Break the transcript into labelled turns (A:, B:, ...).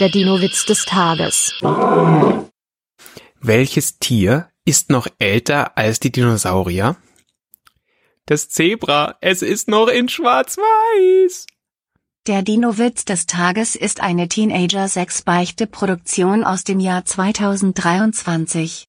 A: Der Dino-Witz des Tages.
B: Welches Tier ist noch älter als die Dinosaurier? Das Zebra. Es ist noch in Schwarz-Weiß.
C: Der Dino-Witz des Tages ist eine Teenager-6-Beichte-Produktion aus dem Jahr 2023.